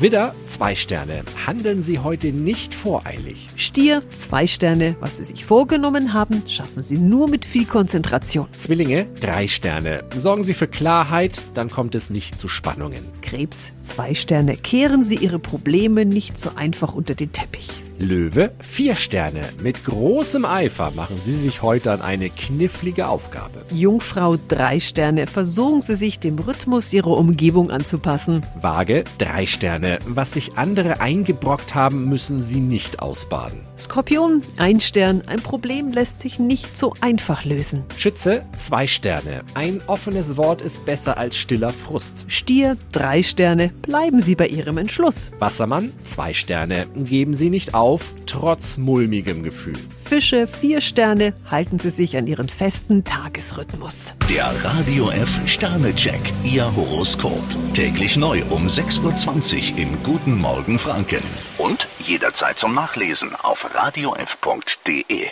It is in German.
Widder, zwei Sterne. Handeln Sie heute nicht voreilig. Stier, zwei Sterne. Was Sie sich vorgenommen haben, schaffen Sie nur mit viel Konzentration. Zwillinge, drei Sterne. Sorgen Sie für Klarheit, dann kommt es nicht zu Spannungen. Krebs, zwei Sterne. Kehren Sie Ihre Probleme nicht so einfach unter den Teppich. Löwe, vier Sterne. Mit großem Eifer machen Sie sich heute an eine knifflige Aufgabe. Jungfrau, drei Sterne. Versuchen Sie sich dem Rhythmus Ihrer Umgebung anzupassen. Waage, drei Sterne. Was sich andere eingebrockt haben, müssen Sie nicht ausbaden. Skorpion, ein Stern. Ein Problem lässt sich nicht so einfach lösen. Schütze, zwei Sterne. Ein offenes Wort ist besser als stiller Frust. Stier, drei Sterne. Bleiben Sie bei Ihrem Entschluss. Wassermann, zwei Sterne. Geben Sie nicht auf, trotz mulmigem Gefühl. Fische, vier Sterne. Halten Sie sich an Ihren festen Tagesrhythmus. Der Radio F Sternecheck. Ihr Horoskop. Täglich neu um 6.20 Uhr im Guten Morgen Franken. Und jederzeit zum Nachlesen auf radiof.de.